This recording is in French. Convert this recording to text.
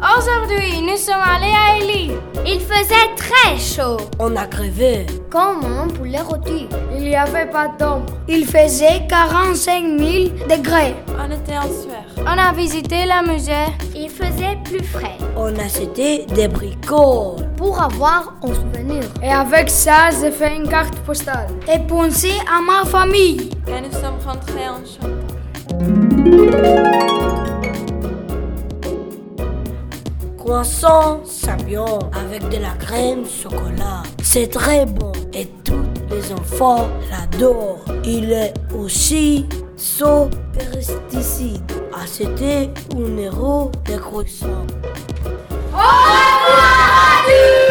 Aujourd'hui, nous sommes allés à Ellie. Il faisait très chaud. On a crevé. Comme un poulet rôti. Il n'y avait pas d'ombre. Il faisait 45 000 degrés. On était en sueur. On a visité la musée. Il faisait plus frais. On a acheté des bricoles. Pour avoir un souvenir. Et avec ça, j'ai fait une carte postale. Et pensé à ma famille. Et nous sommes rentrés en chantant. croissant sabion avec de la crème chocolat. C'est très bon et tous les enfants l'adorent. Il est aussi Ah, sans pesticide. Acheter un euro de croissant. Au revoir à tous